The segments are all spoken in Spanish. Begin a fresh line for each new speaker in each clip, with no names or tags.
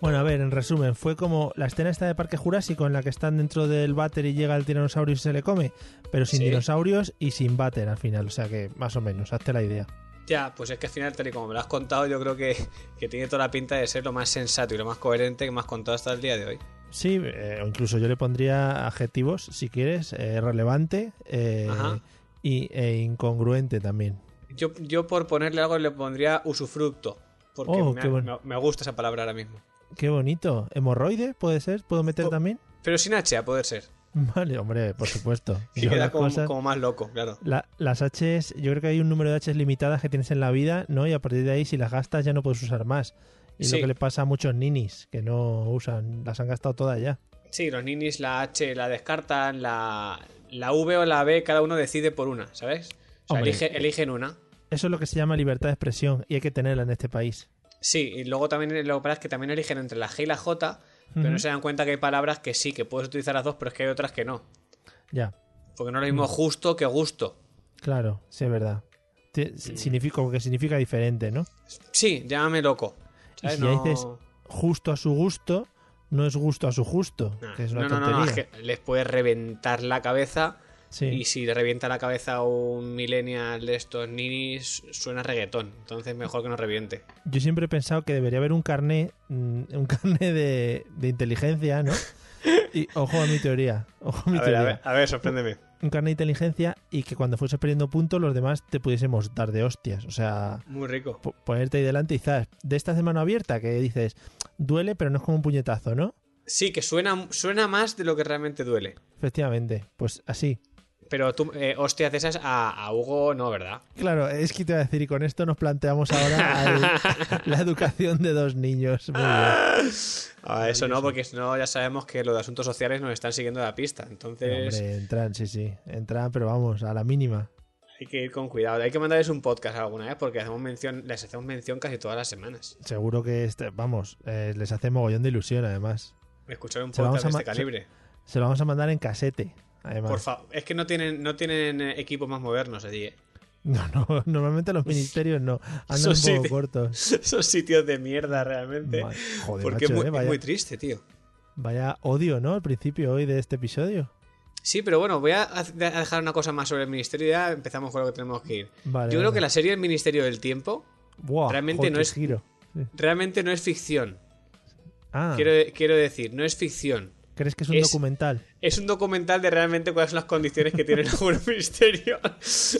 Bueno, a ver, en resumen, fue como la escena esta de Parque Jurásico en la que están dentro del váter y llega el tiranosaurio y se le come, pero sin
Sí.
dinosaurios y sin váter al final, o sea que más o menos, hazte la idea.
Ya, pues es que al final, tal y como me lo has contado, yo creo que, que tiene toda la pinta de ser lo más sensato y lo más coherente que me has contado hasta el día de hoy.
Sí, eh, o incluso yo le pondría adjetivos, si quieres, eh, relevante eh,
Ajá.
y, e incongruente también.
Yo, yo por ponerle algo le pondría usufructo, porque
Oh,
me,
qué bueno.
me- me gusta esa palabra ahora mismo.
Qué bonito. ¿Hemorroide puede ser? ¿Puedo meter
Oh.
también?
Pero sin H, a poder ser.
Vale, hombre, por supuesto.
Sí
Yo
queda
las
como,
cosas-
como más loco, claro.
la- las Hs, yo creo que hay un número de Hs limitadas que tienes en la vida, ¿no? Y a partir de ahí, si las gastas, ya no puedes usar más. Y
Sí.
lo que le pasa a muchos ninis, que no usan, las han gastado todas ya.
Sí, los ninis la H la descartan, la, la V o la B cada uno decide por una, ¿sabes? O sea,
Hombre.
elige- eligen una.
Eso es lo que se llama libertad de expresión y hay que tenerla en este país.
Sí, y luego también lo que pasa es que también eligen entre la G y la J, pero
Ujú.
no se dan cuenta que hay palabras que sí, que puedes utilizar las dos, pero es que hay otras que no.
Ya,
Porque no es lo
Mm.
mismo justo que gusto.
claro, sí, es verdad. Te- significa, como que significa diferente, ¿no?
Sí, llámame loco.
Y
¿Sabes?
si
no...
ya dices justo a su gusto, no es gusto a su justo,
Nah,
que es una
no, no, no,
tontería.
no, es que les puede reventar la cabeza.
Sí.
Y si le revienta la cabeza a un millennial de estos ninis, suena reggaetón. Entonces mejor que no reviente.
Yo siempre he pensado que debería haber un carné, mm, un carné de, de inteligencia, ¿no? Y ojo a mi teoría, ojo a mi
A ver,
teoría.
a ver, a ver, sorpréndeme.
Un carné de inteligencia y que cuando fueses perdiendo puntos los demás te pudiésemos dar de hostias. O sea,
Muy rico.
po- ponerte ahí delante y zas, de estas de mano abierta que dices, duele pero no es como un puñetazo, ¿no?
Sí, que suena, suena más de lo que realmente duele.
Efectivamente, pues así.
Pero tú, eh, hostias de esas a, a Hugo no, ¿verdad?
Claro, es que te iba a decir, y con esto nos planteamos ahora al- la educación de dos niños. Muy bien.
Ah, eso no, porque si no ya sabemos que los de asuntos sociales nos están siguiendo la pista. Entonces
Hombre, entran, sí, sí, entran, pero vamos, a la mínima.
hay que ir con cuidado. Hay que mandarles un podcast alguna vez porque hacemos mención, les hacemos mención casi todas las semanas.
Seguro que, este, vamos, eh, les hace mogollón de ilusión, además.
Escuchar un
Se lo vamos
podcast de
a
este
ma-
calibre.
Se lo vamos a mandar en casete, además.
Por favor, es que no tienen, no tienen eh, equipos más modernos allí. eh.
No, no, normalmente los ministerios no, andan
Eso sí,
un poco
te-
cortos.
Esos sitios de mierda realmente.
Ma- Joder,
porque es
macho,
muy,
eh,
es
vaya,
muy triste, tío.
vaya odio, ¿no? Al principio hoy de este episodio.
Sí, pero bueno, voy a hac- a dejar una cosa más sobre el Ministerio y ya empezamos con lo que tenemos que ir.
Vale,
Yo creo
venga.
que la serie El Ministerio del Tiempo
Buah,
realmente
joder,
no
qué
es-
giro.
realmente no es ficción.
Ah,
Quiero, quiero decir, no es ficción.
¿crees que es un
es-
documental?
Es un documental de realmente cuáles son las condiciones que tiene el algún ministerio.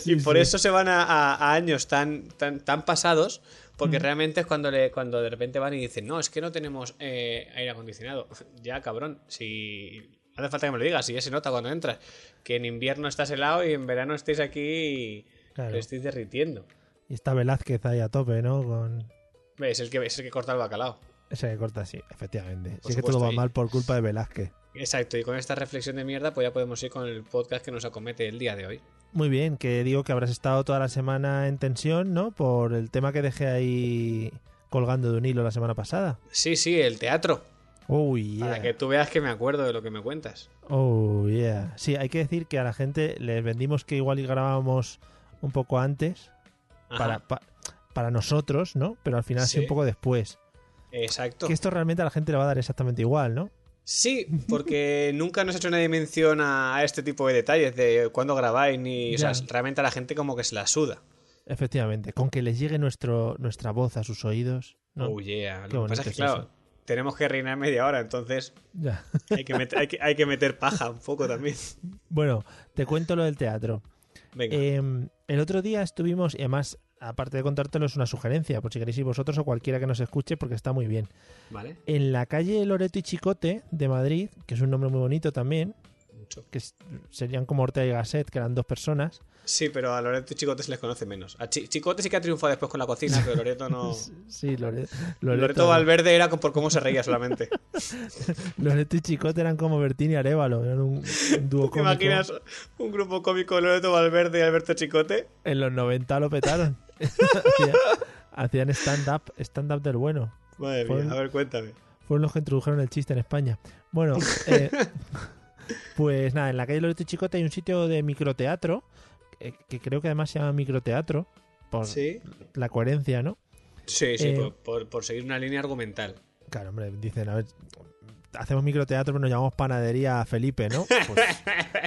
y por
sí.
eso se van a, a- a años tan, tan, tan pasados,
Mm.
porque realmente es cuando, le, cuando de repente van y dicen, no, es que no tenemos eh, aire acondicionado. ya, cabrón, si... Hace falta que me lo digas, si ya se nota cuando entras. Que en invierno estás helado y en verano estáis aquí y
Claro.
lo estáis derritiendo.
Y está Velázquez ahí a tope, ¿no? Con...
Es el que, es el que corta el bacalao.
Ese que corta así, efectivamente. Sí que
supuesto,
todo va
y-
mal por culpa de Velázquez.
Exacto, y con esta reflexión de mierda, pues ya podemos ir con el podcast que nos acomete el día de hoy.
Muy bien, que digo que habrás estado toda la semana en tensión, ¿no? Por el tema que dejé ahí colgando de un hilo la semana pasada.
Sí, sí, el teatro.
Uy, yeah.
Para que tú veas que me acuerdo de lo que me cuentas.
Oh, yeah. Sí, hay que decir que a la gente les vendimos que igual y grabábamos un poco antes
Ajá,
para, pa- para nosotros, ¿no? Pero al final sí
Sí.
un poco después.
Exacto.
Que esto realmente a la gente le va a dar exactamente igual, ¿no?
Sí, porque nunca nos ha hecho nadie mención a a este tipo de detalles de cuándo grabáis ni... O sea,
Ya.
realmente a la gente como que se la suda.
Efectivamente, con que les llegue nuestro, nuestra voz a sus oídos, ¿no?
Oh, yeah.
Qué
Lo que
bonito
pasa es que,
es
claro,
eso.
tenemos que reinar media hora, entonces
Ya.
hay que, met- hay que- hay que meter paja un poco también.
Bueno, te cuento lo del teatro.
Venga.
Eh, el otro día estuvimos, y además, aparte de contártelo, es una sugerencia, por si queréis ir vosotros o cualquiera que nos escuche, porque está muy bien.
vale.
En la calle Loreto y Chicote de Madrid, que es un nombre muy bonito también,
Mucho.
que es- serían como Ortega y Gasset, que eran dos personas.
Sí, pero a Loreto y Chicote se les conoce menos. A Chi- Chicote sí que ha triunfado después con la cocina, pero Loreto no.
Sí, Lore-
Oh. Loreto,
Loreto,
Valverde era por cómo se reía solamente.
Loreto y Chicote eran como Bertín y Arevalo, eran un, un dúo cómico.
¿Te imaginas un grupo cómico de Loreto Valverde y Alberto Chicote?
En los 90 lo petaron. Hacía- Hacían stand-up, stand-up del bueno.
Madre
Fue-
mía, a ver, cuéntame.
Fueron los que introdujeron el chiste en España. Bueno, eh, pues nada, en la calle Loreto y Chicote hay un sitio de microteatro, eh, que creo que además se llama microteatro, por
Sí,
la coherencia, ¿no?
sí, sí,
Eh,
por, por- por seguir una línea argumental.
Claro, hombre, dicen, a ver, hacemos microteatro, pero nos llamamos panadería Felipe, ¿no? Pues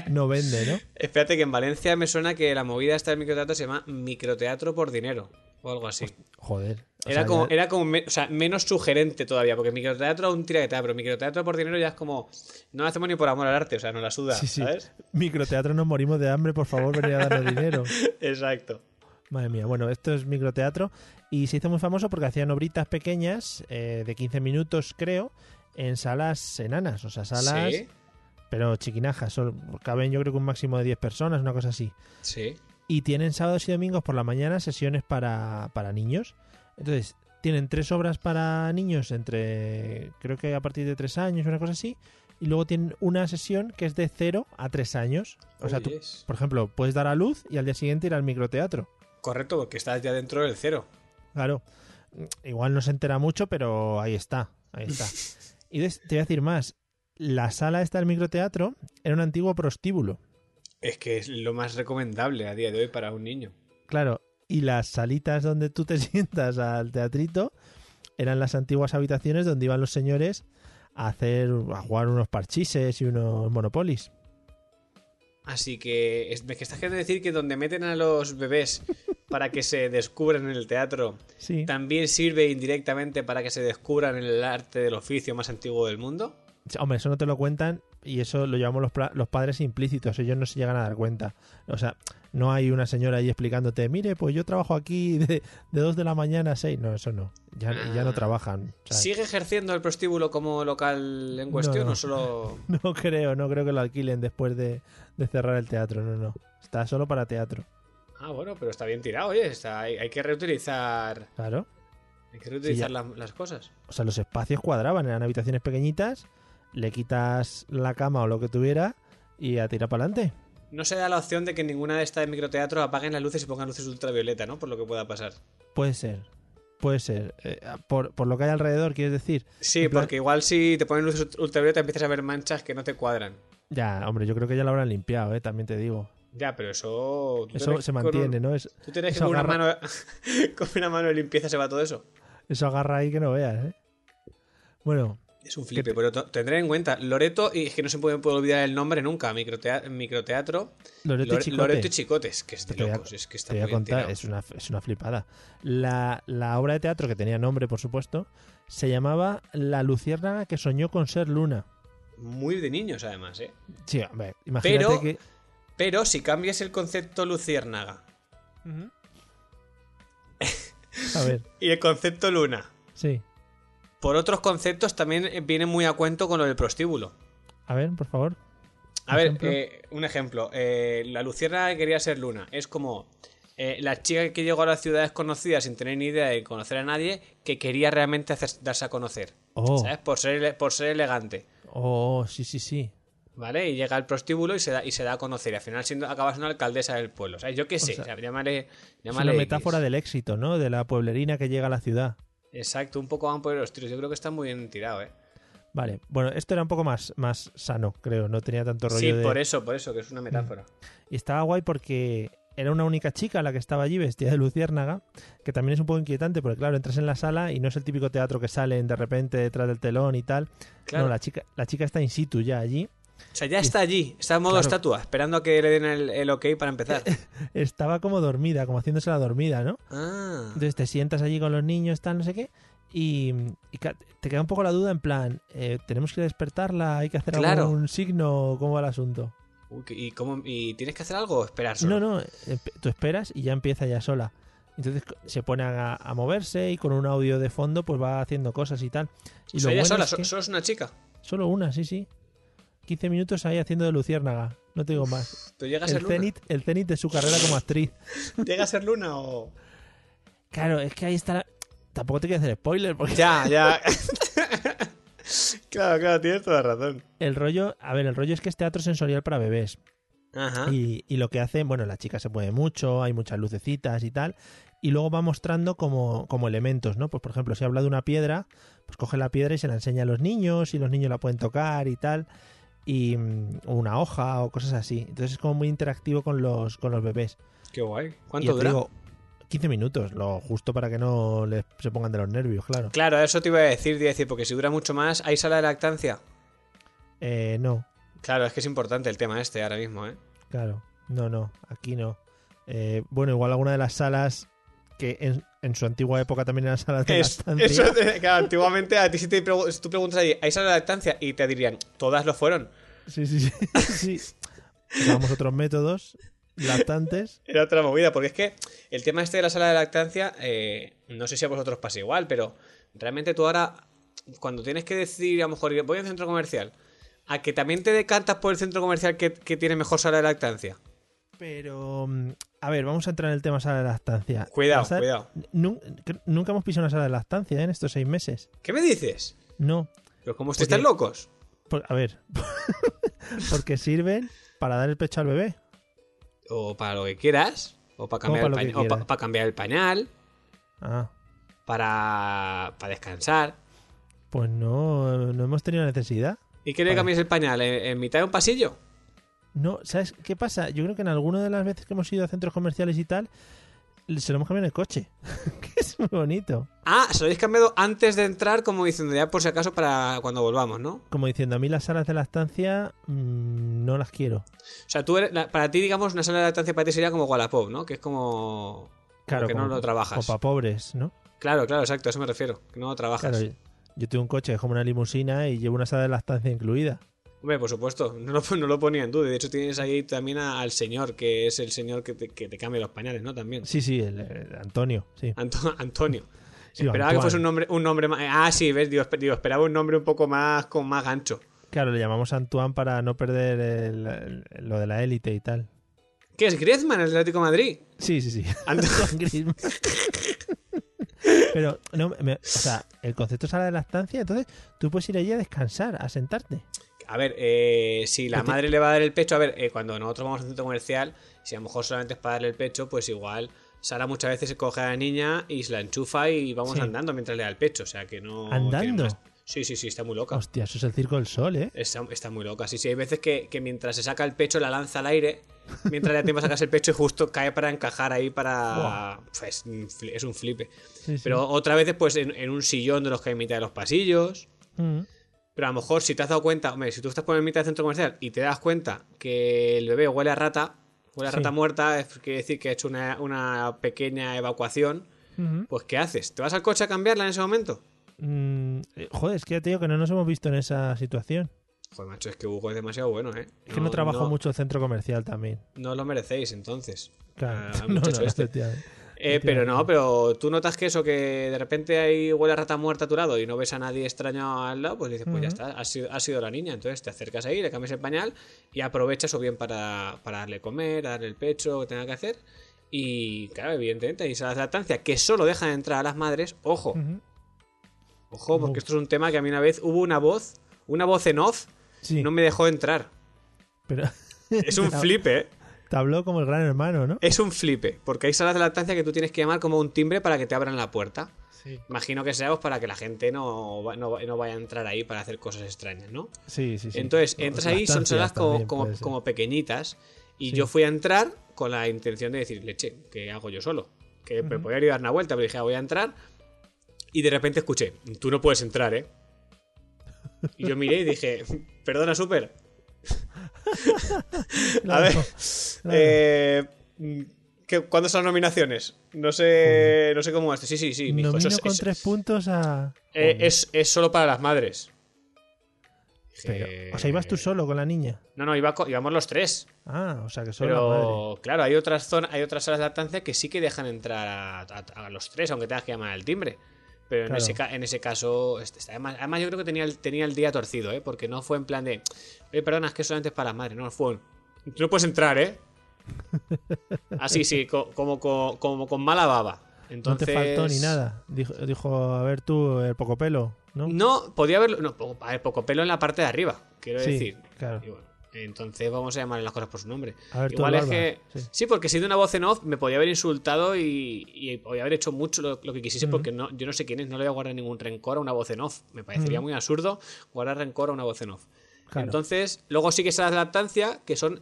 no vende, ¿no?
Espérate, que en Valencia me suena que la movida esta del microteatro se llama microteatro por dinero o algo así.
Joder. o
Era
sea,
como,
ya-
era como me- o sea, menos sugerente todavía, porque microteatro aún tira de tal, pero microteatro por dinero ya es como, no lo hacemos ni por amor al arte, o sea, nos la suda,
Sí, sí.
¿sabes?
Microteatro, nos morimos de hambre, por favor, venid a darnos dinero.
Exacto.
Madre mía, bueno, esto es microteatro y se hizo muy famoso porque hacían obritas pequeñas eh, de 15 minutos, creo, en salas enanas, o sea, salas,
Sí,
pero chiquinajas, son- caben yo creo que un máximo de 10 personas, una cosa así.
sí.
Y tienen sábados y domingos por la mañana sesiones para, para niños. Entonces, tienen tres obras para niños entre, creo que a partir de tres años, una cosa así, y luego tienen una sesión que es de 0 a 3 años. O sea,
Uy,
tú,
es-
por ejemplo, puedes dar a luz y al día siguiente ir al microteatro.
Correcto, porque estás ya dentro del cero.
Claro. Igual no se entera mucho, pero ahí está. Ahí está. Y des- te voy a decir más. La sala esta del microteatro era un antiguo prostíbulo.
Es que es lo más recomendable a día de hoy para un niño.
Claro. Y las salitas donde tú te sientas al teatrito eran las antiguas habitaciones donde iban los señores a hacer a jugar unos parchises y unos monopolis.
Así que, es de que estás queriendo decir que donde meten a los bebés para que se descubran en el teatro,
Sí.
también sirve indirectamente para que se descubran en el arte del oficio más antiguo del mundo.
Hombre, eso no te lo cuentan y eso lo llevamos los, pla- los padres implícitos, ellos no se llegan a dar cuenta. O sea, no hay una señora ahí explicándote, mire, pues yo trabajo aquí de, de 2 de la mañana a 6. No, eso no. Ya, ya no
Ah.
trabajan. o sea,
¿Sigue ejerciendo el prostíbulo como local en cuestión
No.
o solo.?
No creo, no creo que lo alquilen después de, de cerrar el teatro, no, no. Está solo para teatro.
Ah, bueno, pero está bien tirado, oye. Está, hay, hay que reutilizar.
Claro.
Hay que reutilizar
Sí,
la- las cosas.
O sea, los espacios cuadraban, eran habitaciones pequeñitas, le quitas la cama o lo que tuviera y a tirar para adelante.
No se da la opción de que ninguna de estas microteatros apaguen las luces y pongan luces ultravioleta, ¿no? Por lo que pueda pasar.
Puede ser, puede ser. Eh, por, por lo que hay alrededor, quieres decir.
Sí,
En plan-
porque igual si te ponen luces ultravioleta empiezas a ver manchas que no te cuadran.
Ya, hombre, yo creo que ya lo habrán limpiado, ¿eh? también te digo.
Ya, pero eso. tú
Eso
tenés
se
con
mantiene,
un-
¿no? Es-
Tú tienes que
eso
con una,
agarra-
mano, con una mano de limpieza se va todo eso.
eso agarra ahí que no veas, ¿eh? Bueno,
Es un flipe,
te-
pero to- tendré en cuenta. Loreto, y es que no se puede, puedo olvidar el nombre nunca. Microtea- microteatro.
Loreto y
Lore-
Chicote,
Loreto y Chicotes, que es de
Te voy a-
locos. es que está
te voy a
muy bien
contar,
tirado.
es una, es una flipada. La, la obra de teatro, que tenía nombre, por supuesto, se llamaba La luciérnaga que soñó con ser luna.
Muy de niños, además, ¿eh?
Sí, hombre, imagínate
Pero-
que...
Pero si cambias el concepto luciérnaga
A ver,
y el concepto luna
sí.
por otros conceptos, también eh, viene muy a cuento con lo del prostíbulo.
A ver, por favor.
A ver,
ejemplo?
eh, un ejemplo. Eh, la luciérnaga que quería ser luna. Es como eh, la chica que llegó a las ciudades conocidas sin tener ni idea de conocer a nadie, que quería realmente hacer- darse a conocer.
Oh.
¿Sabes? Por ser, ele- por ser elegante.
Oh, sí, sí, sí.
¿Vale? Y llega al prostíbulo y se da, y se da a conocer. Y al final siendo, acaba siendo alcaldesa del pueblo. O sea, yo qué sé.
sea,
o sea, llámale,
Es
llámale
una
X.
metáfora del éxito, ¿no? De la pueblerina que llega a la ciudad.
Exacto, un poco van por los tiros. Yo creo que está muy bien tirado, ¿eh?
Vale, bueno, esto era un poco más, más sano, creo. No tenía tanto rollo
Sí,
de... Mm.
por eso, por eso, que es una metáfora.
Y estaba guay porque era una única chica la que estaba allí vestida de luciérnaga, que también es un poco inquietante porque claro, entras en la sala y no es el típico teatro que salen de repente detrás del telón y tal.
Claro.
No, la chica, la chica está in situ ya allí.
O sea, ya está allí, está en modo
Claro.
estatua, esperando a que le den el, el ok para empezar.
Estaba como dormida, como haciéndose la dormida, ¿no?
Ah,
Entonces te sientas allí con los niños, tal, no sé qué. Y, y ca- te queda un poco la duda en plan, eh, ¿tenemos que despertarla? ¿Hay que hacer
Claro.
algún signo? ¿Cómo va el asunto?
uy, ¿y, cómo- ¿Y tienes que hacer algo o esperar solo?
No, no, eh, tú esperas y ya empieza ya sola. Entonces co- se pone a, a moverse y con un audio de fondo pues va haciendo cosas y tal. Y
O sea,
lo
ella
bueno
sola,
es
so-
que-
solo es una chica.
Solo una, sí, sí. 15 minutos ahí haciendo de luciérnaga. No te digo más.
¿Tú llegas a
El
ser Luna?
cenit, el cenit de su carrera como actriz.
¿Llega a ser Luna o...?
Claro, es que ahí está la... Tampoco te quiero hacer spoiler porque
Ya, ya. claro, claro, tienes toda razón.
el rollo... A ver, el rollo es que es teatro sensorial para bebés.
Ajá.
Y, y lo que hace, bueno, la chica se mueve mucho, hay muchas lucecitas y tal, y luego va mostrando como, como elementos, ¿no? Pues por ejemplo, si habla de una piedra, pues coge la piedra y se la enseña a los niños, y los niños la pueden tocar y tal, y mm, o una hoja o cosas así. Entonces es como muy interactivo con los, con los bebés.
Qué guay.
Y ya
¿Cuánto
te
dura?
digo, 15 minutos, lo justo para que no les se pongan de los nervios, claro.
Claro, eso te iba a decir, te iba a decir, porque si dura mucho más, ¿hay sala de lactancia?
Eh, no,
Claro, es que es importante el tema este ahora mismo, ¿eh?
Claro, no, no, aquí no. Eh, bueno, igual alguna de las salas que en, en su antigua época también eran salas de
Es-
lactancia.
eso, de- claro, antiguamente a ti si, te pregu- si tú preguntas allí, ¿hay sala de lactancia? Y te dirían, todas lo fueron.
Sí, sí, sí. sí. Usamos otros métodos lactantes.
Era otra movida, porque es que el tema este de la sala de lactancia, eh, no sé si a vosotros pasa igual, pero realmente tú ahora, cuando tienes que decidir, a lo mejor voy a un centro comercial, a que también te decantas por el centro comercial que, que tiene mejor sala de lactancia.
Pero, mm, a ver, vamos a entrar en el tema sala de lactancia.
Cuidado,
La sala-
cuidado.
Nun- cre- nunca hemos pisado una sala de lactancia ¿eh? en estos seis meses.
¿Qué me dices?
No.
Pero como
Porque-
ustedes están locos.
Por- a ver, porque sirven para dar el pecho al bebé.
O para lo que quieras, o para
¿Cómo
cambiar,
para
el,
lo que
pañal- o pa-
quieras?
para cambiar el pañal,
Ah,
para, para descansar.
pues no, no hemos tenido necesidad.
¿Y qué le
Vale.
cambias el pañal? ¿En, en mitad de un pasillo?
No, ¿sabes qué pasa? Yo creo que en alguna de las veces que hemos ido a centros comerciales y tal, se lo hemos cambiado en el coche. que es muy bonito.
Ah, se lo habéis cambiado antes de entrar, como diciendo ya por si acaso para cuando volvamos, ¿no?
Como diciendo, a mí las salas de la estancia no las quiero.
O sea, tú eres- la- para ti, digamos, una sala de lactancia para ti sería como Wallapop, ¿no? Que es como.
Claro,
que no lo trabajas.
para pobres, ¿no?
Claro, claro, exacto, a eso me refiero. Que no lo trabajas.
Claro, yo tengo un coche, es como una limusina y llevo una sala de la estancia incluida.
Hombre, por supuesto, no lo, no lo ponía en duda. De hecho, tienes ahí también a- al señor, que es el señor que te, que te cambia los pañales, ¿no? También.
Sí, sí, el, eh, Antonio, sí.
Anto- Antonio.
Sí,
esperaba
Antoine.
que fuese un nombre, un nombre más. Ah, sí, ves, digo, esper- digo, esperaba un nombre un poco más con más gancho.
Claro, le llamamos Antoine para no perder el- el- lo de la élite y tal.
¿Qué es Griezmann, el Atlético de Madrid?
Sí, sí, sí.
Anto-
con Griezmann. Pero, no, me- o sea, el concepto sala de lactancia, entonces tú puedes ir allí a descansar, a sentarte.
A ver, eh, si la
Pero Pues te-
madre le va a dar el pecho, a ver, eh, cuando nosotros vamos a un centro comercial, si a lo mejor solamente es para darle el pecho, pues igual Sara muchas veces se coge a la niña y se la enchufa y vamos
Sí.
andando mientras le da el pecho, o sea que no... tiene
¿Andando?
más- Sí, sí, sí, está muy loca.
Hostia, eso es el circo del sol, ¿eh?
Está, está muy loca, sí, sí, hay veces que, que mientras se saca el pecho la lanza al aire, mientras le da tiempo a sacarse el pecho y justo cae para encajar ahí para... Pues, un fli- es un flipe.
Sí, sí.
Pero otras veces pues en, en un sillón de los que hay en mitad de los pasillos...
Mm.
Pero a lo mejor si te has dado cuenta, hombre, si tú estás por en mitad del centro comercial y te das cuenta que el bebé huele a rata, huele a
Sí.
rata muerta, es- quiere decir que ha hecho una, una pequeña evacuación,
Ujú.
pues ¿qué haces? ¿Te vas al coche a cambiarla en ese momento?
Mm, eh, joder, es que ya te digo que no nos hemos visto en esa situación.
Joder, macho, es que Hugo es demasiado bueno, ¿eh?
Es que no, trabajo mucho el centro comercial también.
No lo merecéis, entonces.
Claro,
Ah,
no, no,
muchacho
no,
este.
efectivamente.
Eh, pero no, pero tú notas que eso, que de repente hay huele a rata muerta a tu lado y no ves a nadie extraño al lado, pues dices, pues ya
Ujú.
está, ha sido, ha sido la niña. Entonces te acercas ahí, le cambias el pañal y aprovechas o bien para, para darle comer, darle el pecho, lo que tenga que hacer. Y claro, evidentemente hay salas de lactancia que solo dejan entrar a las madres. Ojo,
Ujú.
ojo, porque esto es un tema que a mí una vez hubo una voz, una voz en off,
Sí,
no me dejó entrar.
pero
Es un
te-
flipe, ¿eh?
Te habló como el gran hermano, ¿no?
Es un flipe, porque hay salas de lactancia que tú tienes que llamar como un timbre para que te abran la puerta.
Sí.
Imagino que sea pues, para que la gente no, va- no, va- no vaya a entrar ahí para hacer cosas extrañas, ¿no?
Sí, sí,
Entonces,
No,
entras
las
ahí, son
estancias
salas como,
también
como,
puede ser.
como pequeñitas. Y
Sí.
yo fui a entrar con la intención de decir, leche, ¿qué hago yo solo? Que me
Ujú.
podía ir a dar una vuelta, pero dije, "Ah, voy a entrar. Y de repente escuché, tú no puedes entrar, ¿eh? Y yo miré y dije, perdona, Super. a
Claro,
ver,
claro.
eh, ¿qué- ¿cuándo son las nominaciones? No sé, no sé cómo va esto. Sí, sí, sí. me dijo, eso
Nomino
es-
con
es-
tres puntos a.
eh, es, es solo para las madres. Dije,
Pero, o sea, ibas tú solo con la niña.
No, no, iba co- íbamos los tres.
Ah, o sea, que solo
Pero
la madre.
claro, hay otras zonas, hay otras salas de lactancia que sí que dejan entrar a, a- a los tres, aunque tengas que llamar al timbre. Pero en,
Claro.
ese, ca- en ese caso, este- está- además, además yo creo que tenía el, tenía el día torcido, ¿eh? porque no fue en plan de, oye, perdona, es que solamente es para las madres, no, fue un, tú no puedes entrar, ¿eh? Así, sí, co- como, co- como con mala baba. Entonces,
No te faltó ni nada. Dijo, dijo, a ver tú, el poco pelo, ¿no?
No, podía haberlo, no, poco, a ver, poco pelo en la parte de arriba, quiero
Sí,
decir.
claro.
Y bueno, entonces vamos a llamarle las cosas por su nombre.
A ver, tú,
Igual es
Barba,
que.
sí.
Sí. porque si de una voz en off me podía haber insultado y, y podía haber hecho mucho lo, lo que quisiese,
Ujú.
porque no, yo no sé quién es, no le voy a guardar ningún rencor a una voz en off. Me parecería
Ujú.
muy absurdo guardar rencor a una voz en off.
Claro.
Entonces, luego sí que esas lactancia que son,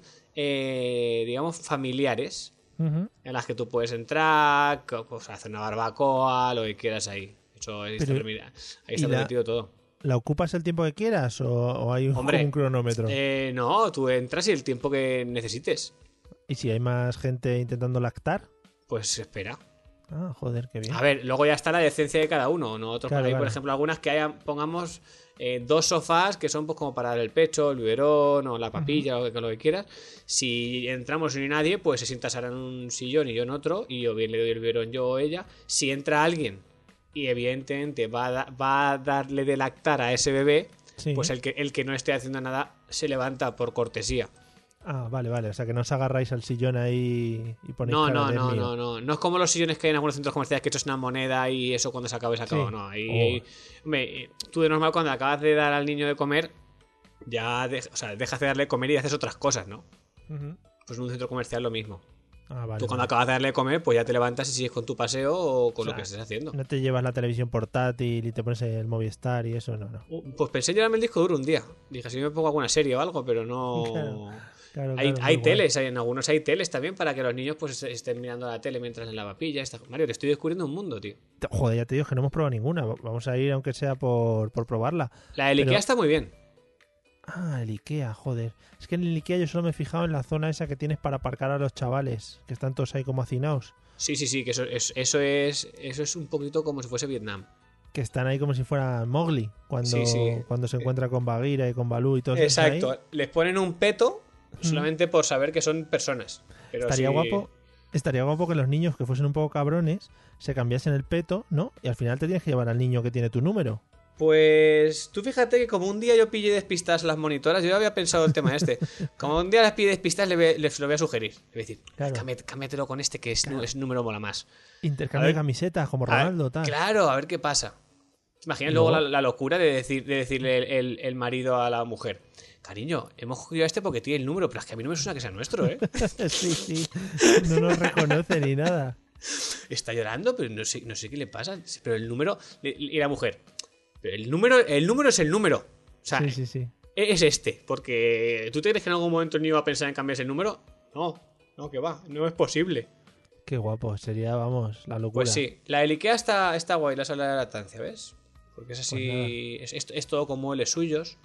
eh, digamos, familiares,
Ujú.
en las que tú puedes entrar, co- pues, hacer una barbacoa, lo que quieras ahí. De hecho, ahí está,
Pero-
permi- ahí
¿y
está
la-
permitido todo.
¿La ocupas el tiempo que quieras o, o hay un,
Hombre,
un cronómetro?
Eh, no, tú entras y el tiempo que necesites,
¿Y si hay más gente intentando lactar?
pues espera.
Ah, joder, qué bien.
A ver, luego ya está la decencia de cada uno. Nosotros
Claro,
hay, por
claro.
ejemplo, algunas que hayan, pongamos eh, dos sofás que son pues como para dar el pecho, el biberón o la papilla, o lo, que, lo que quieras. Si entramos y no hay nadie, pues se sienta Sara en un sillón y yo en otro, y o bien le doy el biberón yo o ella. Si entra alguien y evidentemente va a, da- va a darle de lactar a ese bebé,
Sí.
pues el que, el que no esté haciendo nada se levanta por cortesía.
Ah, vale, vale. O sea, que no os agarráis al sillón ahí y ponéis
No,
cara
no,
de
no,
mío.
no, no. No es como los sillones que hay en algunos centros comerciales que echas una moneda y eso cuando se acaba se acaba.
Sí.
No, ahí,
Oh.
ahí- hombre, eh, tú de normal cuando acabas de dar al niño de comer, ya de- o sea, dejas de darle de comer y haces otras cosas, ¿no?
Ujú.
Pues en un centro comercial lo mismo.
Ah, vale.
tú cuando
vale.
acabas de darle de comer, pues ya te levantas y sigues con tu paseo o con
O sea,
lo que estés haciendo.
No te llevas la televisión portátil y te pones el Movistar y eso, no, no.
Uh, Pues pensé en llevarme el disco duro un día. Dije, si me pongo alguna serie o algo, pero no.
Claro, Claro,
Hay,
claro,
hay
muy guay.
teles, hay- en algunos hay teles también para que los niños pues estén mirando la tele mientras en la papilla. esta- Mario, te estoy descubriendo un mundo, tío.
Te- Joder, ya te digo que no hemos probado ninguna. Va- Vamos a ir aunque sea por, por probarla.
La del
Pero-
Ikea está muy bien.
Ah, el Ikea, joder. Es que en el Ikea yo solo me he fijado en la zona esa que tienes para aparcar a los chavales, que están todos ahí como hacinados,
Sí, sí, sí, que eso, es- eso, es, eso es un poquito como si fuese Vietnam.
que están ahí como si fuera Mowgli, cuando,
Sí, sí. Eh,
cuando se encuentra con Bagheera y con Balú y todo
Exacto, les ponen un peto solamente por saber que son personas. Pero
Mm. Estaría
sí-
guapo. Estaría guapo que los niños que fuesen un poco cabrones se cambiasen el peto, ¿no? Y al final te tienes que llevar al niño que tiene tu número.
Pues tú fíjate que como un día yo pillé despistadas las monitoras, yo ya había pensado el tema este. Como un día las pillé despistadas, le voy- les lo voy a sugerir. Le voy a decir,
Claro.
"Cámbiate- cámbiatelo con este que es, nu- es número mola más. A
Intercambio
ver.
de camisetas, como
A ver,
Ronaldo, tal.
Claro, a ver qué pasa. ¿Te imaginas
Y
luego la,
luego-
la locura de, decir, de decirle el, el- el marido a la mujer? Cariño, hemos cogido a este porque tiene el número, pero es que a mí no me suena que sea nuestro, ¿eh?
sí, sí. No nos reconoce ni nada.
Está llorando, pero no sé, no sé qué le pasa. Sí, Pero el número. le- le- Y la mujer. Pero el número, el número es el número. O sea,
Sí, sí, sí.
e- es este. Porque. ¿Tú te crees que en algún momento el niño va a pensar en cambiarse el número? No, no, que va. No es posible.
Qué guapo. Sería, vamos, la locura.
Pues sí, la del Ikea está, está guay, la sala de lactancia, ¿ves? Porque es
Pues nada.
así. es, es- es todo con muebles suyos.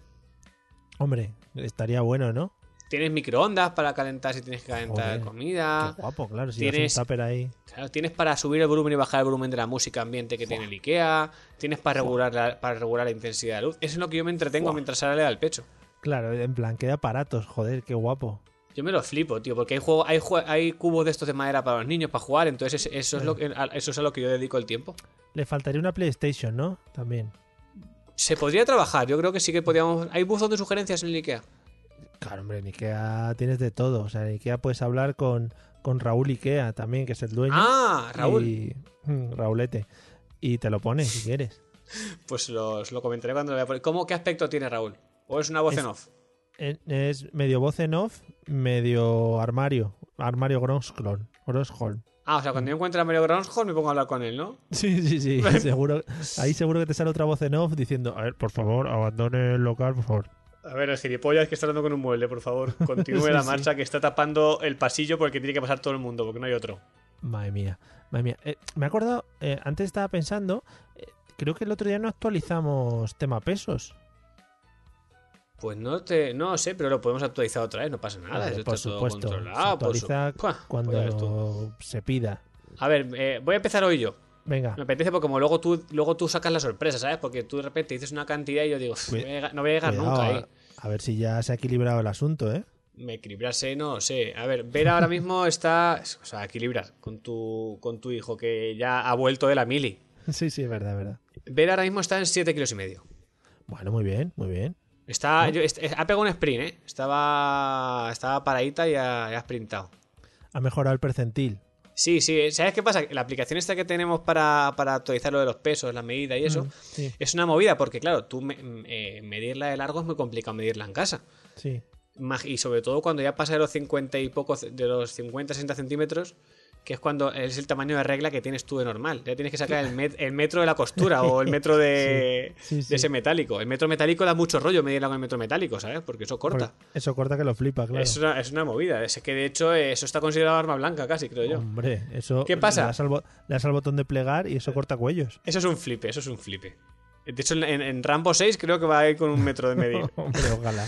Hombre, estaría bueno, ¿no?
Tienes microondas para calentar si tienes que calentar
Joder,
comida.
Qué guapo, claro. Si
Ah. tienes-
tienes un tupper ahí.
Claro, tienes para subir el volumen y bajar el volumen de la música ambiente que tiene el IKEA. Tienes para regular, la, para regular la intensidad de la luz. Eso es lo que yo me entretengo mientras Sara le da el pecho.
Claro, en plan, qué aparatos, joder, qué guapo.
Yo me lo flipo, tío, porque hay, juego, hay, jue- hay cubos de estos de madera para los niños, para jugar. Entonces, es- eso es, lo que, a- eso es a lo que yo dedico el tiempo.
Le faltaría una PlayStation, ¿no? También.
Se podría trabajar, yo creo que sí que podríamos. Hay buzón de sugerencias en el IKEA.
Claro, hombre, en Ikea tienes de todo. O sea, en Ikea puedes hablar con, con Raúl Ikea también, que es el dueño.
Ah, Raúl.
Y, mm, Raulete. Y te lo pones si quieres.
Pues lo, os lo comentaré cuando lo vea por ahí. ¿Cómo, ¿Qué aspecto tiene Raúl? ¿O es una voz
Es-
en off?
En- Es medio voz en off, medio armario. Armario Grosholm. Grosholm.
Ah, o sea, cuando yo encuentre a Mario Granholm me pongo a hablar con él, ¿no?
Sí, sí, sí. seguro, ahí seguro que te sale otra voz en off diciendo, a ver, por favor, abandone el local, por favor.
A ver, el gilipollas que está dando con un mueble, por favor, continúe la
Sí,
marcha que está tapando el pasillo por el que tiene que pasar todo el mundo, porque no hay otro.
Madre mía, madre mía. Eh, me he acordado, eh, antes estaba pensando, eh, creo que el otro día no actualizamos tema pesos.
Pues no te, no sé, pero lo podemos actualizar otra vez, no pasa nada.
Vale,
eso
por
está todo
supuesto. se
controlado, por
actualiza
su- Buah, pues ya ves tú.
cuando se pida.
A ver, eh, voy a empezar hoy yo.
Venga,
Me apetece porque como luego tú, luego tú sacas la sorpresa, ¿sabes? Porque tú de repente dices una cantidad y yo digo, "Uf,
Cui-
no voy a llegar- no voy a llegar
cuidado, eh.
nunca ¿eh?
a-
ahí.
a ver si ya se ha equilibrado el asunto, ¿eh?
Me equilibrarse, no sé. A ver, Vera ahora mismo está. O sea, equilibrar con tu, con tu hijo que ya ha vuelto de la mili.
Sí, sí, es verdad, es verdad.
Vera ahora mismo está en 7 kilos y medio.
Bueno, muy bien, muy bien.
Está, yo- est- ha pegado un sprint, ¿eh? Estaba, estaba paradita y ha, y ha sprintado.
Ha mejorado el percentil.
Sí, sí. eh, ¿Sabes qué pasa? La aplicación esta que tenemos para, para actualizar lo de los pesos, las medidas y eso,
Mm, sí,
es una movida porque, claro, tú me- m- eh, medirla de largo es muy complicado medirla en casa.
sí.
Mag- Y sobre todo cuando ya pasa de los 50 y poco, ce- de los 50, 60 centímetros, que es cuando es el tamaño de regla que tienes tú de normal. Ya tienes que sacar el, met- el metro de la costura o el metro de,
Sí, sí,
de
sí.
ese metálico. El metro metálico da mucho rollo medirla con el metro metálico, ¿sabes? Porque eso corta.
Porque Eso corta que lo flipa, claro.
Es, una, es una movida. Es que de hecho eh, eso está considerado arma blanca casi, creo yo.
Hombre, eso.
¿Qué pasa?
Le das, al bo- le das al botón de plegar y eso corta cuellos.
Eso es un flipe, eso es un flipe. De hecho, en, en Rambo 6 creo que va a ir con un metro de medir.
Hombre, ojalá.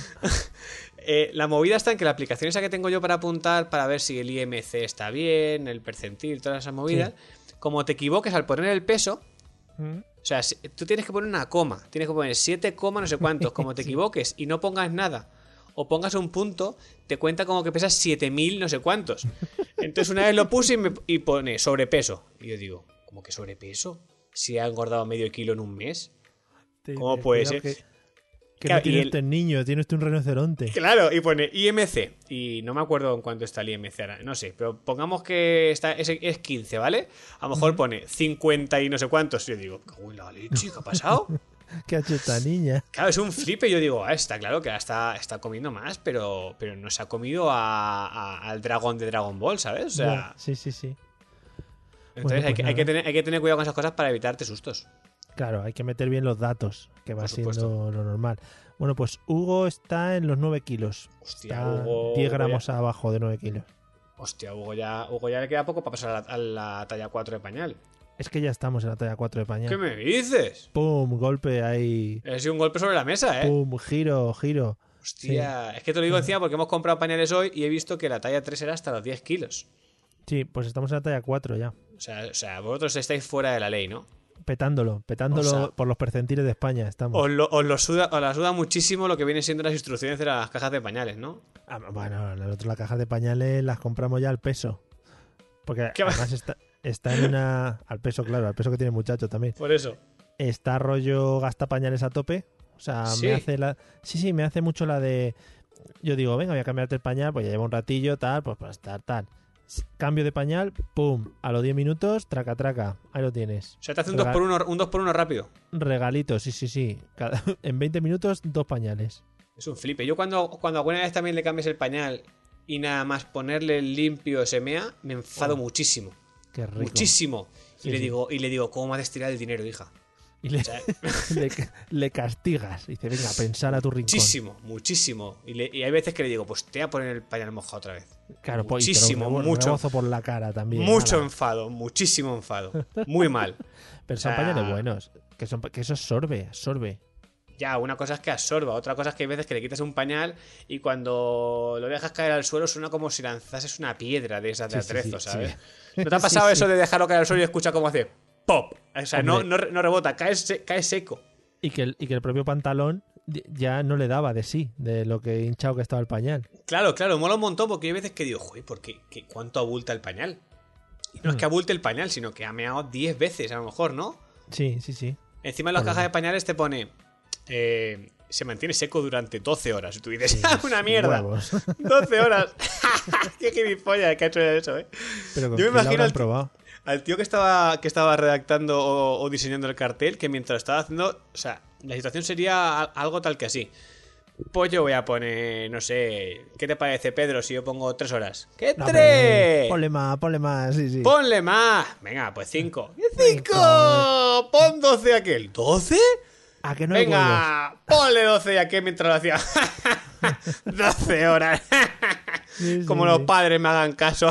Eh, la movida está en que la aplicación esa que tengo yo para apuntar, para ver si el IMC está bien, el percentil, todas esas movidas, como te equivoques al poner el peso,
Mm,
o sea, si- tú tienes que poner una coma, tienes que poner 7, coma no sé cuántos, como te equivoques y no pongas nada, o pongas un punto, te cuenta como que pesas 7000 no sé cuántos. Entonces una vez lo puse y, me, y pone sobrepeso. Y yo digo, ¿cómo que sobrepeso? Si ha engordado medio kilo en un mes.
te-
¿Cómo
te-
puede
cuidado
ser?
Que, que
Claro,
no
y
tiene
el-
usted niño, tiene usted un rinoceronte.
Claro, y pone IMC. Y no me acuerdo en cuánto está el IMC ahora, no sé, pero pongamos que está, es, es 15, ¿vale? A lo mejor pone 50 y no sé cuántos. Y yo digo, "Cago en la leche, ¿qué ha pasado?
¿Qué ha hecho esta niña?
Claro, es un flipe. Yo digo, ah, está claro que ahora está, está comiendo más, pero, pero no se ha comido a- a- al dragón de Dragon Ball, ¿sabes? O sea,
Ya, sí, sí, sí.
entonces
Bueno,
hay,
pues
que, hay
nada.
que tener, hay que tener cuidado con esas cosas para evitarte sustos.
Claro, hay que meter bien los datos, que va
Por
siendo
supuesto.
lo normal. Bueno, pues Hugo está en los 9 kilos.
Hostia,
está
Hugo,
10
Hugo ya-
gramos abajo de 9 kilos.
Hostia, Hugo ya, Hugo ya le queda poco para pasar a la, a la talla 4 de pañal.
Es que ya estamos en la talla 4 de pañal.
¿Qué me dices?
¡Pum! Golpe ahí.
Ha sido un golpe sobre la mesa, ¿eh?
¡Pum! Giro, giro.
Hostia, es que te lo digo encima porque hemos comprado pañales hoy y he visto que la talla 3 era hasta los 10 kilos.
Sí, pues estamos en la talla 4 ya.
O sea, o sea, vosotros estáis fuera de la ley, ¿no?
Petándolo, petándolo
O sea-
por los percentiles de España estamos.
Os lo, os lo suda, os la suda muchísimo lo que vienen siendo las instrucciones de las cajas de pañales, ¿no?
Ah, bueno, nosotros las cajas de pañales las compramos ya al peso. Porque
¿Qué va-
además está, está en una... Al peso, claro, al peso que tiene el muchacho también.
Por eso.
está rollo gasta pañales a tope. O sea,
Sí.
me hace la. Sí, sí, me hace mucho la de. Yo digo, venga, voy a cambiarte el pañal, pues ya llevo un ratillo, tal, pues para estar tal. S- Cambio de pañal, pum, a los 10 minutos, traca, traca, ahí lo tienes.
O sea, te hace un
Rega-
2x1 un 2x1 rápido.
Regalito, sí, sí, sí. Cada- En 20 minutos, dos pañales.
Es un flipe. Yo cuando, cuando alguna vez también le cambies el pañal y nada más ponerle limpio se mea, me enfado muchísimo.
Qué Oh, rico.
Muchísimo.
Sí,
y, le
sí.
digo, y le digo, ¿cómo me has tirado el dinero, hija?
Y le,
O sea,
le ca- le castigas. Dice, venga, pensar a tu rincón.
muchísimo, muchísimo. Y, le- y hay veces que le digo, pues te voy a poner el pañal mojado otra vez.
Claro, pues, y te lo
muchísimo,
rebo-
mucho.
rebozo por la cara también.
Mucho
ala.
enfado, muchísimo enfado. Muy mal.
Pero son
o sea-
pañales buenos. Que, son, pa- que eso es sorbe, sorbe.
Ya, una cosa es que absorba, otra cosa es que hay veces que le quitas un pañal y cuando lo dejas caer al suelo suena como si lanzases una piedra de esas de
Sí, sí, sí,
atrezo,
sí.
¿sabes? ¿No te ha pasado
Sí,
eso de dejarlo caer al suelo y escuchar cómo hace pop? O sea, no,
Hombre.
no, re- no rebota, cae, se- cae seco.
Y que, el, y que el propio pantalón di- ya no le daba de sí, de lo que hinchado que estaba el pañal.
Claro, claro, mola un montón porque hay veces que digo, joder, ¿por qué, qué- ¿cuánto abulta el pañal? Y no es que
Hmm.
abulte el pañal, sino que ha meado 10 veces a lo mejor, ¿no?
Sí, sí, sí.
Encima en las
Por
cajas
eso.
de pañales te pone. eh, se mantiene seco durante 12 horas. Y tú dices,
Sí,
¡ah, una mierda!
Pues, huevos.
12 horas. ¡Qué gilipollas que ha hecho eso, eh!
Pero con
Yo me
quién lo
imagino
habrán
al-
probado.
Al tío que estaba, que estaba redactando o, o diseñando el cartel, que mientras lo estaba haciendo. O sea, la situación sería a- algo tal que así. Pues yo voy a poner, no sé, ¿qué te parece, Pedro, si yo pongo 3 horas? ¿Qué
No,
tres?
pero- eh, ponle más, ponle más, sí, sí.
Ponle más. Venga, pues 5.
Cinco.
¡5! Pon 12 aquel. ¿12?
¿A que no hay huevos?
Venga, ponle 12 y aquí mientras lo hacía. 12 horas.
Sí, sí,
Como los
sí.
padres me hagan caso.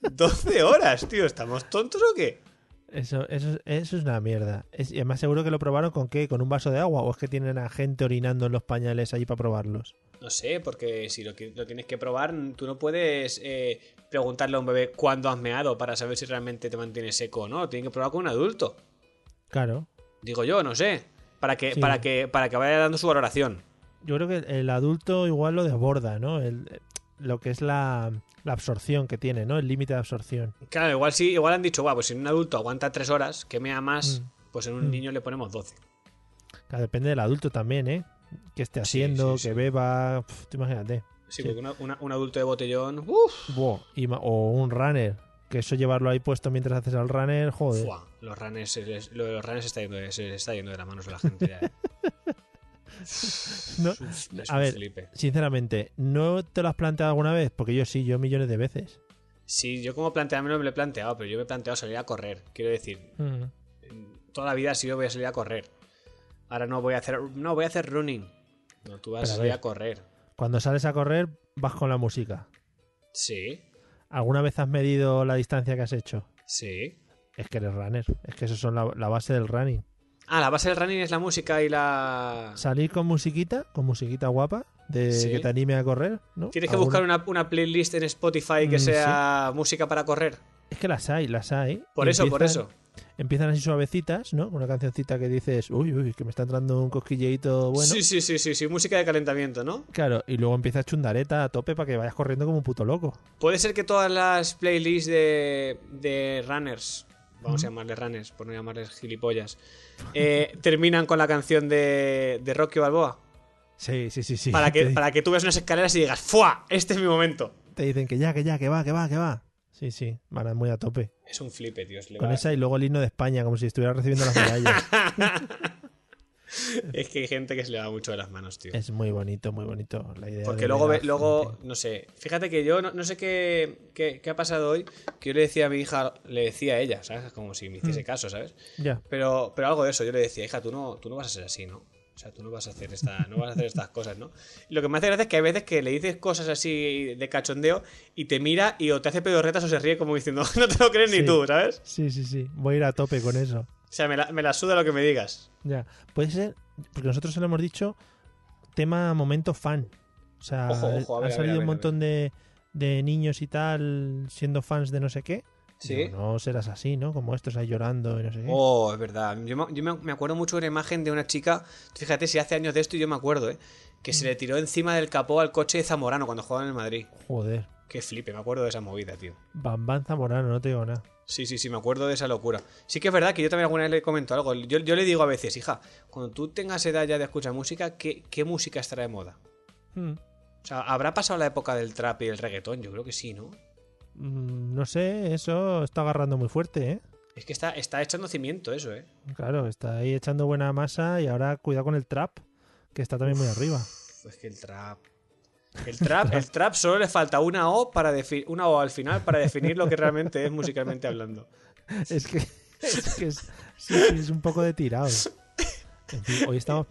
12 horas, tío. ¿Estamos tontos o qué?
Eso, eso, eso es una mierda. Es- y además seguro que lo probaron con qué, con un vaso de agua o es que tienen a gente orinando en los pañales allí para probarlos.
No sé, porque si lo, qui- lo tienes que probar, tú no puedes eh, preguntarle a un bebé cuándo has meado para saber si realmente te mantienes seco o no. Tienes que probar con un adulto.
Claro.
Digo yo, no sé. Para que,
Sí.
para que, para que vaya dando su valoración.
Yo creo que el adulto igual lo desborda, ¿no? El- eh, lo que es la, la absorción que tiene, ¿no? El límite de absorción.
Claro, igual sí, igual han dicho, guau, pues si un adulto aguanta 3 horas, que mea más,
Mm.
pues en un niño le ponemos 12.
Claro, depende del adulto también, ¿eh? Que esté
Sí,
haciendo,
sí, sí.
que beba, pf, tú imagínate. Sí.
Sí, porque una- una- un adulto de botellón, uff,
Buah, y ma- o un runner, que eso llevarlo ahí puesto mientras haces al runner, joder.
Fua, los runners, se les- lo de los runners se está yendo, de- se les está yendo de las manos a la gente. ya, eh.
No,
Es un- es un
a ver.
flipe.
Sinceramente, ¿no te lo has planteado alguna vez? Porque yo sí, yo millones de veces.
Sí, yo como planteármelo me lo he planteado, pero yo me he planteado salir a correr. Quiero decir,
Mm.
toda la vida ha sido voy a salir a correr. Ahora no voy a hacer, no voy a hacer running. No, tú vas
Pero
a
a
salir
ver.
a correr.
Cuando sales a correr, vas con la música.
Sí,
¿Alguna vez has medido la distancia que has hecho?
sí.
Es que eres runner. Es que eso son la, la base del running.
Ah, la base del running es la música y la.
Salir con musiquita, con musiquita guapa, de
Sí.
que te anime a correr, ¿no?
Tienes que
Alguna-
buscar una, una playlist en Spotify que
Mm,
sea música para correr.
Es que las hay, las hay.
Por
Y
eso, por
empiezan-
eso.
Empiezan así suavecitas, ¿no? Con Una cancioncita que dices, uy, uy, que me está entrando un cosquilleito bueno.
Sí, sí, sí, sí, sí, música de calentamiento, ¿no?
Claro, y luego empiezas chundareta a tope para que vayas corriendo como un puto loco.
Puede ser que todas las playlists de, de runners, vamos a llamarles runners, por no llamarles gilipollas, eh, terminan con la canción de, de Rocky Balboa.
Sí, sí, sí, sí.
Para
Te
que,
di-
para que tú veas unas escaleras y digas, ¡fua! Este es mi momento.
Te dicen que ya, que ya, que va, que va, que va. Sí, sí, van a- muy a tope.
Es un flipe, tío. se le
Con
va-
esa y luego el himno de España, como si estuviera recibiendo las medallas.
Es que hay gente que se le va mucho de las manos, tío.
es muy bonito, muy bonito la idea.
Porque
de
luego,
ver a
ve-
la
luego
gente.
no sé, fíjate que yo no, no sé qué, qué, qué ha pasado hoy, que yo le decía a mi hija, le decía a ella, ¿sabes? Como si me hiciese caso, ¿sabes?
Ya.
Pero, pero algo de eso, yo le decía, hija, tú no, tú no vas a ser así, ¿no? O sea, tú no vas a hacer esta, no vas a hacer estas cosas, ¿no? Y lo que me hace gracia es que hay veces que le dices cosas así de cachondeo y te mira y o te hace pedorretas o se ríe como diciendo, no te lo crees
Sí.
ni tú, ¿sabes?
Sí, sí, sí. Voy a ir a tope con eso.
O sea, me la, me la suda lo que me digas.
Ya. Puede ser, porque nosotros se lo hemos dicho, tema momento fan. O sea,
Ojo, ojo, a ver, a ver,
han salido
a ver,
un
a
montón de, de niños y tal siendo fans de no sé qué.
Sí.
Digo, no serás así, ¿no? Como estos ahí llorando y no sé qué.
Oh, es verdad. Yo, me- yo me- me acuerdo mucho de una imagen de una chica, fíjate si hace años de esto y yo me acuerdo, ¿eh? Que se le tiró encima del capó al coche de Zamorano cuando jugaba en el Madrid.
Joder.
Qué flipe, me acuerdo de esa movida, tío.
Bambán Zamorano, no te digo nada.
Sí, sí, sí, me acuerdo de esa locura. Sí que es verdad que yo también alguna vez le comento algo. Yo, yo le digo a veces, hija, cuando tú tengas edad ya de escuchar música, ¿qué, qué música estará de moda?
Hmm.
O sea, ¿habrá pasado la época del trap y el reggaetón? Yo creo que sí, ¿no?
Mm, No sé, eso está agarrando muy fuerte, ¿eh?
Es que está, está echando cimiento eso, ¿eh?
Claro, está ahí echando buena masa y ahora cuidado con el trap, que está también muy arriba.
Es que el trap. El trap, el trap solo le falta una O para defi- una O al final para definir lo que realmente es musicalmente hablando.
Es que es, que es- sí, sí, es un poco de tirado. En fin, hoy estamos,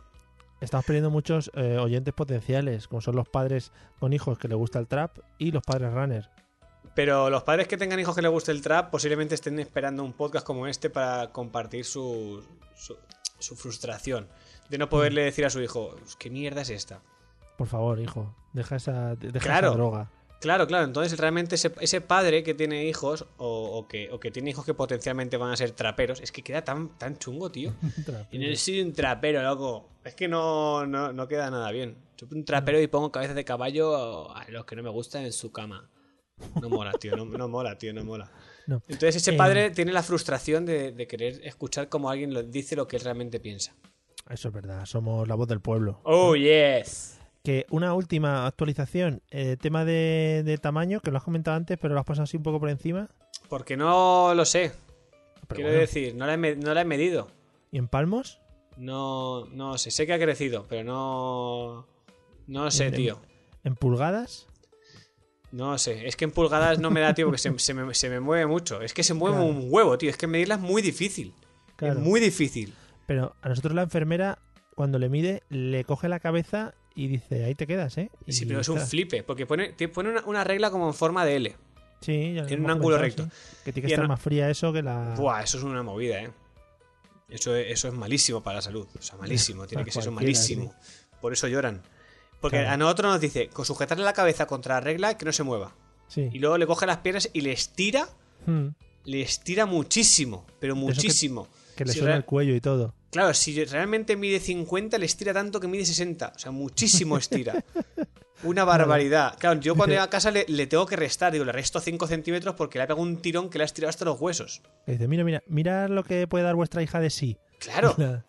estamos perdiendo muchos eh, oyentes potenciales, como son los padres con hijos que les gusta el trap y los padres runner.
Pero los padres que tengan hijos que les guste el trap posiblemente estén esperando un podcast como este para compartir su, su, su frustración de no poderle decir a su hijo, "Pues, ¿qué mierda es esta?
Por favor, hijo, deja esa, deja
Claro.
esa droga.
Claro, claro, entonces realmente ese, ese padre que tiene hijos o, o que, o que tiene hijos que potencialmente van a ser traperos, es que queda tan, tan chungo, tío.
Trap.
Yo no soy un trapero, loco. Es que no, no, no queda nada bien. Soy un trapero y pongo cabezas de caballo a los que no me gustan en su cama. No mola, tío, no, no mola, tío, no mola.
No.
Entonces ese
Eh,
padre tiene la frustración de, de querer escuchar como alguien lo- dice lo que él realmente piensa.
Eso es verdad, somos la voz del pueblo.
Oh, yes.
Que una última actualización, eh, tema de, de tamaño, que lo has comentado antes, pero lo has pasado así un poco por encima.
Porque no lo sé.
Pero
Quiero
bueno,
decir, no la, he, me- no la he medido.
¿Y en palmos?
No, no sé, sé que ha crecido, pero no... No sé,
Bien, bien.
tío.
¿En pulgadas?
No sé, es que en pulgadas no me da, tío, porque se, se me, se me mueve mucho. Es que se mueve
Claro.
un huevo, tío. Es que medirla es muy difícil.
Claro.
Es muy difícil.
Pero a nosotros la enfermera, cuando le mide, le coge la cabeza y dice, ahí te quedas, ¿eh? Y
Sí, pero es un
está.
flipe, porque pone, te pone una, una regla como en forma de L.
Sí, ya lo
en un
hemos
ángulo
comentado,
recto.
sí. Que tiene
Y
que estar
en-
más fría eso que la...
Buah, eso es una movida, ¿eh? Eso es, eso es malísimo para la salud. O sea, malísimo. Tiene
Para
que ser eso
cualquiera,
malísimo. Por eso lloran. Porque
Claro.
a nosotros nos dice, con sujetarle la cabeza contra la regla que no se mueva.
Sí.
Y luego le coge las piernas y le estira,
Mm,
le estira muchísimo, pero
que-
muchísimo.
que le
Si
suena
real-
el cuello y todo.
Claro, si realmente mide 50, le estira tanto que mide 60. O sea, muchísimo estira. Una barbaridad. Claro, yo cuando llego a casa le, le tengo que restar. Digo, le resto 5 centímetros porque le ha pegado un tirón que le ha estirado hasta los huesos.
Que dice, mira, mira, mira lo que puede dar vuestra hija de sí.
Claro.
La-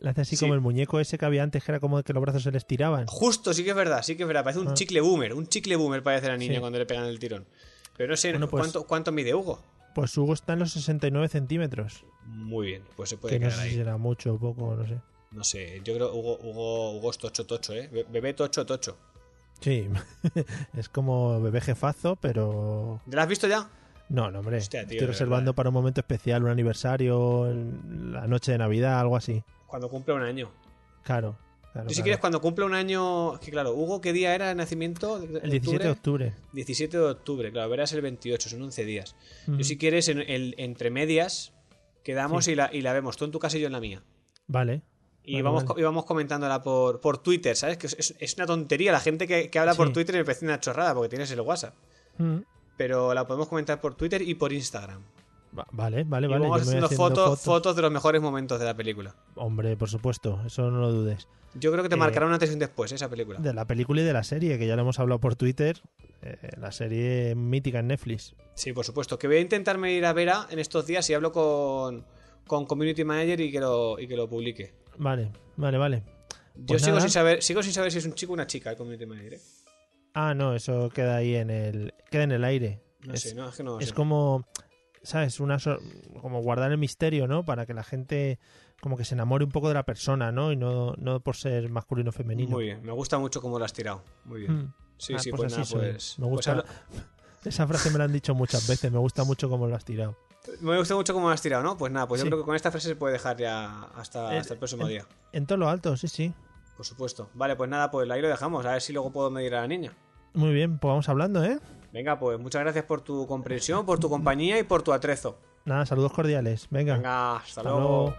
Le hace así
Sí.
como el muñeco ese que había antes, que era como que los brazos se les tiraban.
Justo, sí que es verdad, sí que es verdad. Parece un
Ah.
chicle boomer, un chicle boomer parece la niña
Sí.
cuando le pegan el tirón. Pero no sé,
Bueno, pues-
¿cuánto, ¿cuánto mide Hugo?
Pues Hugo está en los 69 centímetros.
Muy bien, pues se puede
Que no
quedar
sé
ahí.
si será mucho o poco, no sé.
No sé, yo creo Hugo, Hugo, Hugo es tocho tocho, ¿eh? Be- Bebé tocho tocho.
Sí, es como bebé jefazo, pero...
¿Te la has visto ya?
No, no, hombre.
Hostia, tío, de
Estoy reservando
verdad. eh.
para un momento especial, un aniversario, el- la noche de Navidad, algo así.
Cuando cumple un año.
Claro. claro,
Tú si
claro.
quieres, cuando cumple un año... Es que claro, Hugo, ¿qué día era de nacimiento? ¿De- de
El 17 de
octubre?
octubre.
17 de octubre, claro, verás el 28, son 11 días.
Ujú.
Yo si quieres, en, el- entre medias, quedamos y, la, y la vemos, tú en tu casa y yo en la mía.
Vale.
Y,
Vale,
vamos,
vale.
co- y vamos comentándola por, por Twitter, ¿sabes? Que es, es una tontería la gente que, que habla
Sí.
por Twitter me parece una chorrada porque tienes el WhatsApp.
Mm.
Pero la podemos comentar por Twitter y por Instagram.
Va- Vale, vale,
Y
vale.
vamos
yo me voy
haciendo, fotos, fotos. de los mejores momentos de la película.
Hombre, por supuesto, eso no lo dudes.
Yo creo que te
Eh,
marcará una tensión después esa película.
De la película y de la serie, que ya lo hemos hablado por Twitter, eh, la serie mítica en Netflix.
Sí, por supuesto. Que voy a intentarme ir a Vera en estos días y hablo con, con Community Manager y que lo, y que lo publique.
Vale, vale, vale.
Yo
Pues
sigo
nada.
sin, saber, sigo sin saber si es un chico o una chica el Community Manager. ¿eh?
Ah, no, eso queda ahí en el, queda en el aire.
No
es
sé, no, es que no
es
sé.
como, ¿sabes? Una sor- como guardar el misterio, ¿no? Para que la gente como que se enamore un poco de la persona, ¿no? Y no, no por ser masculino o femenino.
Muy bien, me gusta mucho cómo lo has tirado. Muy bien.
Mm.
Sí,
Ah,
sí,
pues
pues,
así
nada,
soy.
pues.
Me
pues
gusta.
habla-
Esa frase me la han dicho muchas veces, me gusta mucho cómo lo has tirado.
Me gusta mucho cómo lo has tirado, ¿no? Pues nada, pues
Sí.
yo creo que con esta frase se puede dejar ya hasta,
Eh,
hasta el próximo
eh.
día.
En todo lo alto, sí, sí.
Por supuesto. Vale, pues nada, pues ahí lo dejamos. A ver si luego puedo medir a la niña.
Muy bien, pues vamos hablando, ¿eh?
Venga, pues muchas gracias por tu comprensión, por tu compañía y por tu atrezo.
Nada, saludos cordiales. Venga.
Venga, hasta,
hasta
luego.
luego.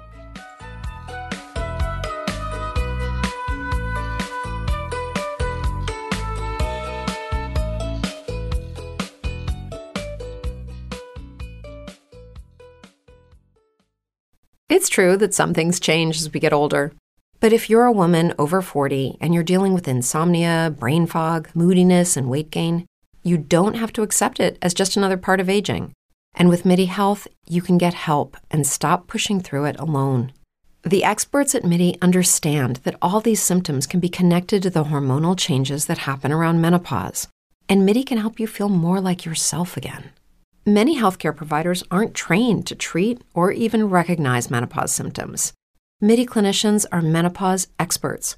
It's true that some things change as we get older. But if you're a woman over 40 and you're dealing with insomnia, brain fog, moodiness, and weight gain, you don't have to accept it as just another part of aging. And with MIDI Health, you can get help and stop pushing through it alone. The experts at MIDI understand that all these symptoms can be connected to the hormonal changes that happen around menopause, and MIDI can help you feel more like yourself again. Many healthcare providers aren't trained to treat or even recognize menopause symptoms. MIDI clinicians are menopause experts.